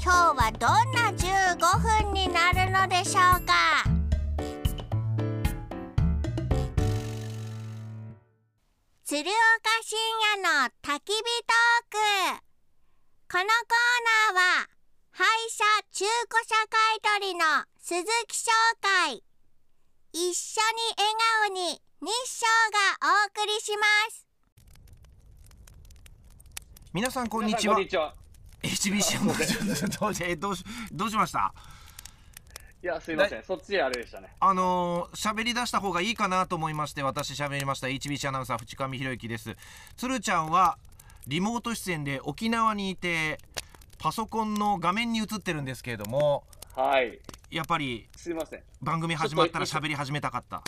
今日はどんな15分になるのでしょうか鶴岡深夜の焚き火トークこのコーナーは廃車中古車買取の鈴木商会一緒に笑顔に日照がお送りします皆さんこんにちは。こんにちは。 HBC のどうしどうしどうしました。いや、すいません。そっちあれでしたね。あのー喋り出した方がいいかなと思いまして私喋りました HBC アナウンサー淵上博之です。つるちゃんはリモート出演で沖縄にいてパソコンの画面に映ってるんですけれども、はい。やっぱりすいません。番組始まったら喋り始めたかった。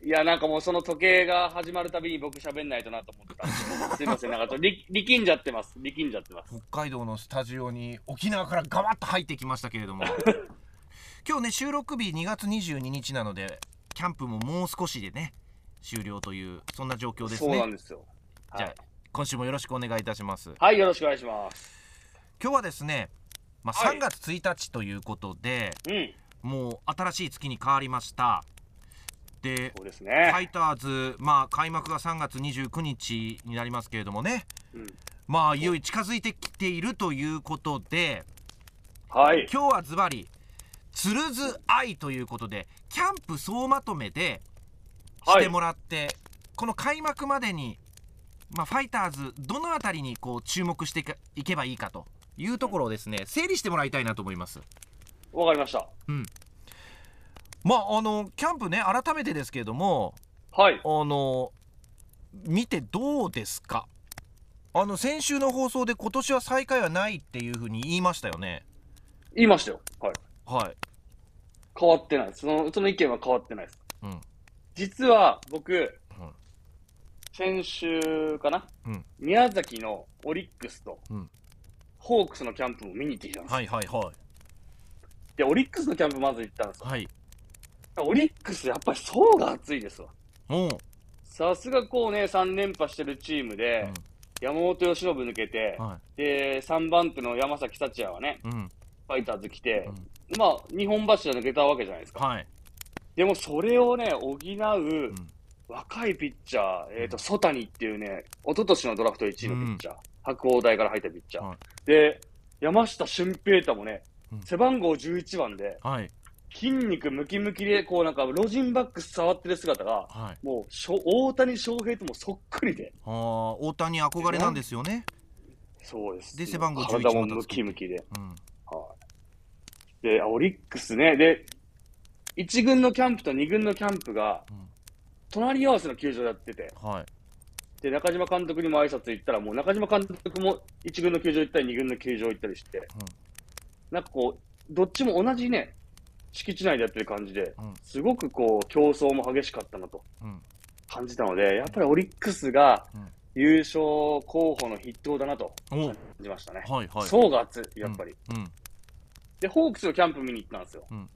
いや、なんかもうその時計が始まるたびに僕喋んないとなと思ってた んで。すいません。なんかちょっと力力んじゃってます。力んじゃってます。北海道のスタジオに沖縄からガバッと入ってきましたけれ ども今日ね収録日2月22日なのでキャンプももう少しでね終了というそんな状況ですそうねなんですよ。はじゃあい。今週もよろしくお願いいたしますはい、よろしくお願いします。今日はですね、まあ、はい3月1日ということで、うん。もう新しい月に変わりましたでそうですフね。ァイターズ、まあ、開幕が3月29日になりますけれどもね、うんまあいよいよ近づいてきているということで、はい。今日はズバリ「つるず愛」ということでキャンプ総まとめでしはていもらって、この開幕までに、まあ、ファイターズどのあたりにこう注目していけいけばいいかというところをですね整理してもらいたいなと思います。わかりました。まああのキャンプね改めてですけれどもはいあ。の見てどうですかあの先週の放送で今年は最下位はないっていうふうに言いましたよね。言いましたよ。はい。はい、変わってないです。その、その意見は変わってないです。うん実は僕、先週かな、うん宮崎のオリックスと、うんホークスのキャンプも見に行ってきたんです。はいはいはいで、オリックスのキャンプまず行ったんですよ。はい。オリックスやっぱり層が厚いですわ。もうさすがこうね、3連覇してるチームで、うん山本由伸抜けて、はで、3番手の山崎幸也はね、い。うん。ファイターズ来て、まあ、日本柱抜けたわけじゃないですか。はい。でもそれをね、補う、ん若いピッチャー、えっ、と、ソタニっていうね、一昨年のドラフト1位のピッチャー、白鴎大から入ったピッチャー。はいで、山下俊平太もね、うん背番号11番で、はい。筋肉ムキムキで、こうなんか、ロジンバックス触ってる姿が、はい。もうしょ、大谷翔平ともそっくりで。ああ、大谷憧れなんですよね。そうです。で背番号11体もまたムキムキで。うん。はい。で、オリックスね、で、1軍のキャンプと2軍のキャンプがうん、隣り合わせの球場やってて、はい。で、中島監督にも挨拶行ったら、もう中島監督も1軍の球場行ったり、2軍の球場行ったりして、なんかこう、どっちも同じね、敷地内でやってる感じで、うんすごくこう、競争も激しかったなとうん。感じたので、やっぱりオリックスがうん優勝候補の筆頭だなとお、感じましたね。はいはい。層が厚い、やっぱり。うん。で、ホークスのキャンプ見に行ったんですよ。うん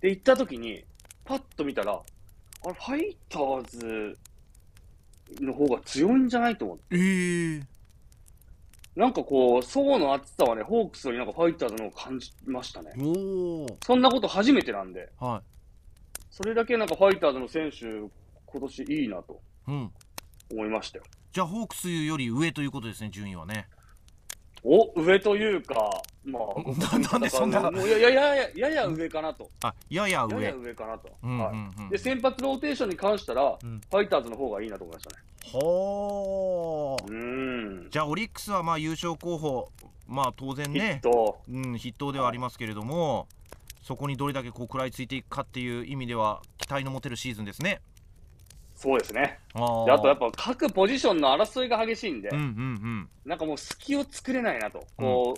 で、行った時に、パッと見たら、あれ、ファイターズの方が強いんじゃないと思って。ええ。なんかこう、層の厚さはね、ホークスよりなんかファイターズの方が感じましたね。おそんなこと初めてなんで、お。はそれだけなんかファイターズの選手、今年いいなとい。うん。思いましたよ。じゃあホークスより上ということですね順位はね。お、上というか、まあ、ななんでそんなもういやいやいやいや、やや上かなと。あ、やややや上。上かなと。うんうはいんうんで、。先発ローテーションに関したら、うんファイターズの方がいいなと思いましたね。ほうー。ーん。じゃあオリックスはまあ優勝候補、まあ当然きっね、と、うん筆頭ではありますけれども、そこにどれだけこう食らいついていくかっていう意味では期待の持てるシーズンですね。そうですね。あーであとやっぱ各ポジションの争いが激しいんで、うんうんうん。なんかもう隙を作れないなと。こ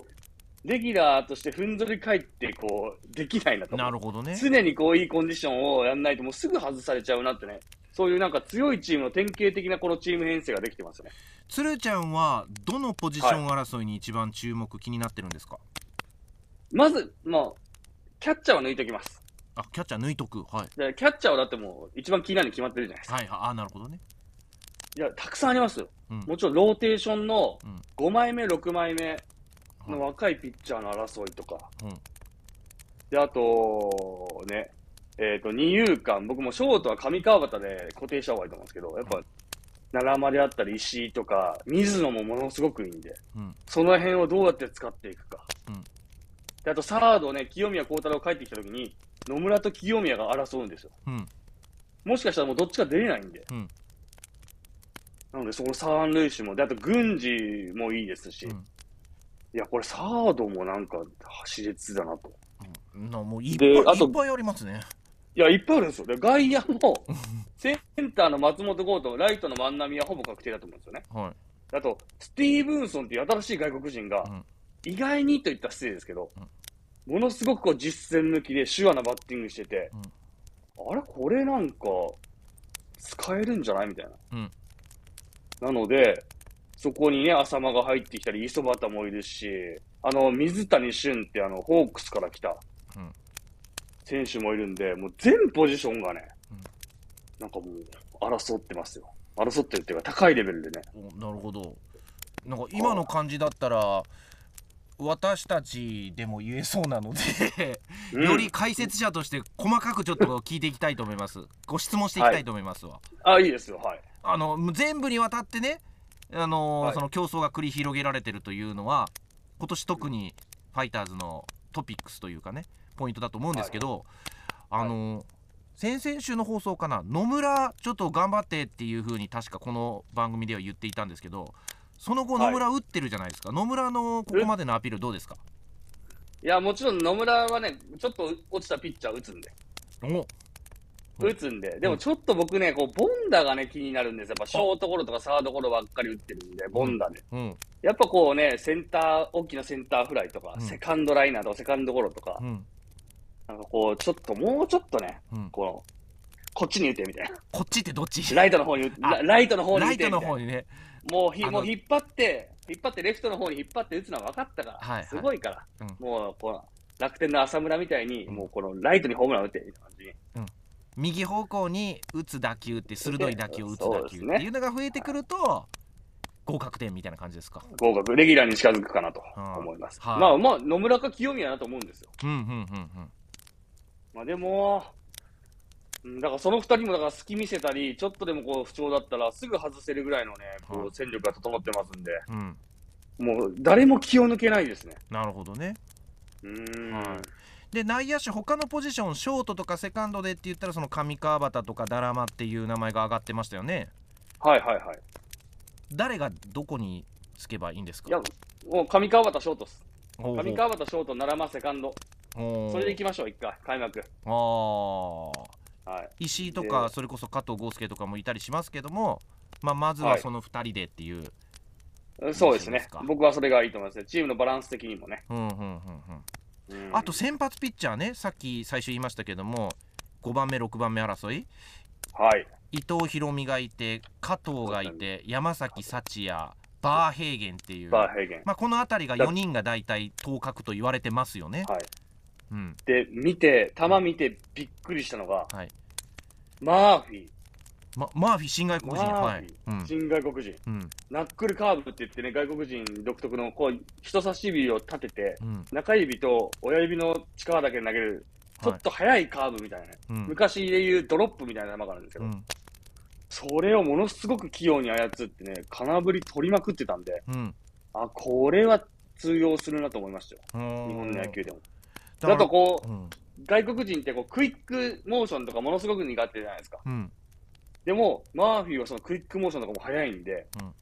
う、レギュラーとしてふんぞり返って、こう、できないなと。なるほどね常にこう、いいコンディションをやんないと、もうすぐ外されちゃうなってね。そういうなんか強いチームの典型的なこのチーム編成ができてますね。鶴ちゃんはどのポジション争いに一番注目気になってるんですか、まず、まあ、キャッチャーは抜いておきます。あキャッチャー抜いとくはいでキャッチャーはだってもう、一番気になるに決まってるじゃないですか。はいあなるほどねいや、たくさんありますよ。うんもちろん、ローテーションのうん5枚目、6枚目のはい若いピッチャーの争いとか、うんで、あと、ね、えっ、と、二遊間、僕もショートは上川端で固定した方がいいと思うんですけど、やっぱ、奈良間であったり、石井とか、水野もものすごくいいんで、うんその辺をどうやって使っていくか。うんで、あと、サードね、清宮幸太郎帰ってきた時に、野村と清宮が争うんですよ。うんもしかしたらもうどっちか出れないんで。うんなので、そこの三塁手も、で、あと、軍事もいいですし、うんいや、これ、サードもなんか、熾烈だなと。うんなもういっぱいでいっあとぱいありますねいや、いっぱいあるんですよ。で、外野 も、センターの松本剛とライトの万波はほぼ確定だと思うんですよね。はあと、スティーブンソンっていう新しい外国人が、うん意外にと言ったら失礼ですけど、ものすごくこう実戦抜きで手話なバッティングしてて、あれこれなんか、使えるんじゃないみたいな。うんなので、そこにね、浅間が入ってきたり、磯端もいるし、あの、水谷俊ってあの、ホークスから来たうん選手もいるんで、もう全ポジションがね、うんなんかもう、争ってますよ。争ってるっていうか、高いレベルでね。おなるほどなんか今の感じだったら私たちでも言えそうなのでうんより解説者として細かくちょっと聞いていきたいと思いますご質問していきたいと思いますわ、あ、いいですよ、はい。あのもう全部にわたってね、あのーはいその競争が繰り広げられてるというのは今年特にファイターズのトピックスというかねポイントだと思うんですけど、いあのー先々週の放送かな野村ちょっと頑張ってっていう風に確かこの番組では言っていたんですけどその後はい野村打ってるじゃないですか、野村のここまでのアピールどうですかいや、もちろん野村はね、ちょっと落ちたピッチャー打つんで、おうん打つんで、でもちょっと僕ね、こう、ボンダがね、気になるんですよ。やっぱショートゴロとかサードゴロばっかり打ってるんで、ボンダで。うんやっぱこうね、センター、大きなセンターフライとか、うんセカンドライナーとか、セカンドゴロとかう、んなんかこう、ちょっと、もうちょっとね、うんこの、こっちに打てみたい な。こっちってどっちライトの方に打て、あラライトの方にラ打イてトみたいなの方。にねもうひ、あのもう引っ張って、引っ張って、レフトの方に引っ張って打つのは分かったから、はいはいすごいから、うんもう、この、楽天の浅村みたいに、うんもうこのライトにホームラン打って、みたいな感じに。右方向に打つ打球って鋭い打球を打つ打球っていうのが増えてくると合格点みたいな感じですか。合格、レギュラーに近づくかなと思います。はいまあまあ、野村か清宮だと思うんですよ。うんうんうんうん。まあでも、うんだからその二人もだから隙見せたり、ちょっとでもこう不調だったらすぐ外せるぐらいのね、はこいう戦力が整ってますんで、うん、もう誰も気を抜けないですね。なるほどね。うーん。はいで内野手他のポジションショートとかセカンドでって言ったらその上川端とかダラマっていう名前が上がってましたよね。はいはいはい。誰がどこにつけばいいんですかいや、もう上川端ショートっす。おー上川端ショート、奈良間セカンド。おーそれでいきましょう、一回、開幕。あーはい。石井とかでそれこそ加藤豪介とかもいたりしますけども、まあ、まずはその2人でっていう。うんそうですいいでねすか。僕はそれがいいと思いますね。チームのバランス的にもね。うんうんうんうんうんあと先発ピッチャーねさっき最初言いましたけども5番目6番目争いはい。伊藤博美がいて加藤がいて山崎幸也バーヘーゲンっていう、バまーヘーゲン。あ、この辺りが4人が大体当確と言われてますよね。はい。うん、で、見て、球見てびっくりしたのが、はいマーフィー、ま、マーフィー新外国人マーフィーはい、うん新外国人、うんナックルカーブって言ってね、外国人独特の、こう、人差し指を立てて、うん中指と親指の力だけで投げる、ちょはっいと速いカーブみたいなね、うん昔でいうドロップみたいな球があるんですけうど、んそれをものすごく器用に操ってね、金振り取りまくってたんで、うんあ、これは通用するなと思いましたよ、日日本の野球でも。だだとこう、うん外国人ってこうクイックモーションとかものすごく苦手じゃないですか。うんでも、マーフィーはそのクイックモーションとかも速いんで、うん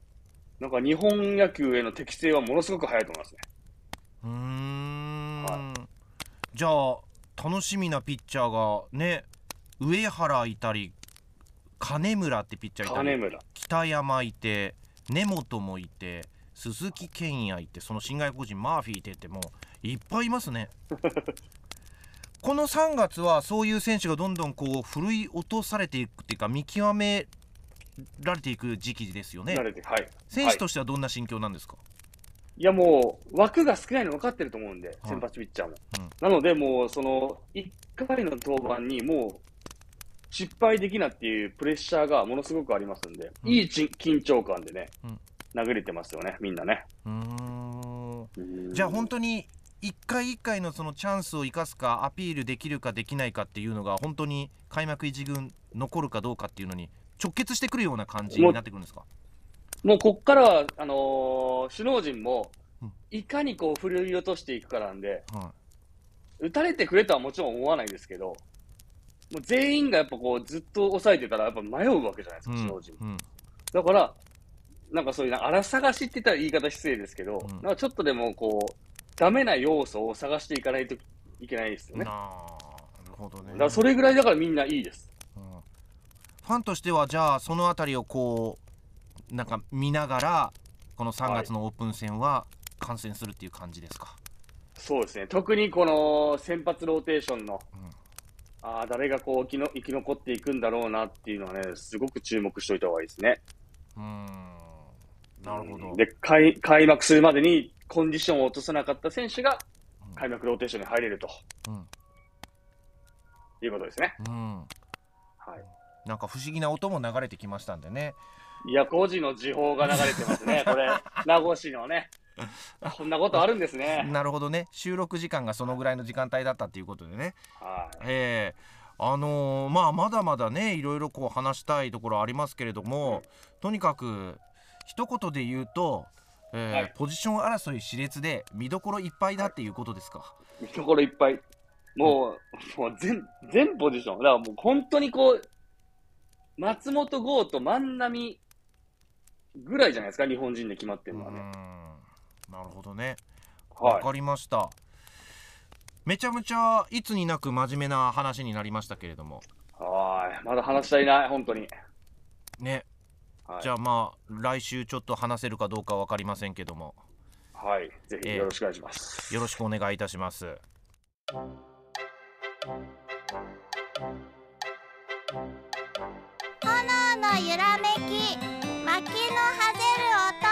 なんか日本野球への適性はものすごく速いと思いますね。うーん、はじゃあ楽しみなピッチャーがね上原いたり金村ってピッチャーいた金り村。北山いて根本もいて鈴木健也いてその新外国人マーフィーいてってもういっぱいいま すねこの3月はそういう選手がどんどんこうふるい落とされていくっていうか見極められていく時期ですよね慣れて、はい。選手としてはどんな心境なんですか、いやもう、枠が少ないの分かってると思うんで、い先発ピッチャーも。うんなので、もう、その、1回の登板にもう、失敗できなっていうプレッシャーがものすごくありますんで、うんいいち緊張感でね、うん殴れてますよね、みんなね。うーんじゃあ本当に一回一回のそのチャンスを生かすかアピールできるかできないかっていうのが本当に開幕一軍残るかどうかっていうのに直結してくるような感じになってくるんですかもうこっからは、あのー首脳陣もうん、いかにこう、振り落としていくかなんで、は打たれてくれとはもちろん思わないですけど、もう全員がやっぱこう、ずっと抑えてたら、やっぱ迷うわけじゃないですか、い、うん首脳陣も。うんだから、なんかそういうな、荒探しって言ったら言い方失礼ですけど、うんなんかちょっとでもこう、ダメな要素を探していかないといけないですよね。だかあーなるほどねらそれぐらいだからみんないいです。うんファンとしてはじゃあそのあたりをこうなんか見ながらこの3月のオープン戦は観戦するっていう感じですか、そうですね。特にこの先発ローテーションの、うんああ、誰がこう生きの生き残っていくんだろうなっていうのはね、すごく注目しておいた方がいいですね。うーんなるほど、で開、開幕するまでにコンディションを落とさなかった選手がうん開幕ローテーションに入れるとうんいうことですね。うん、はなんか不思議な音も流れてきましたんでねい。いや、個人の時報が流れてます ね。これ、名護市のね。こんなことあるんですね。 なるほどね収録時間がそのぐらいの時間帯だったっていうことでねはい。ええあのーまあまだまだねいろいろこう話したいところありますけれども、とにかく一言で言うと、えーはいポジション争い熾烈で見どころいっぱいだっていうことですか、見どころいっぱい。もう、もう全、全ポジション。だからもう本当にこう、松本剛と万波ぐらいじゃないですか、日本人で決まってるのはうーね。んなるほどねわ、はいか。りましためちゃめちゃいつになく真面目な話になりましたけれどもはい。まだ話したいない、本当に。ね、はいじゃあまあ来週ちょっと話せるかどうか分かりませんけどもはい。ぜええひよろしくお願いします。よろしくお願いいたします。炎の揺らめき薪のはぜる音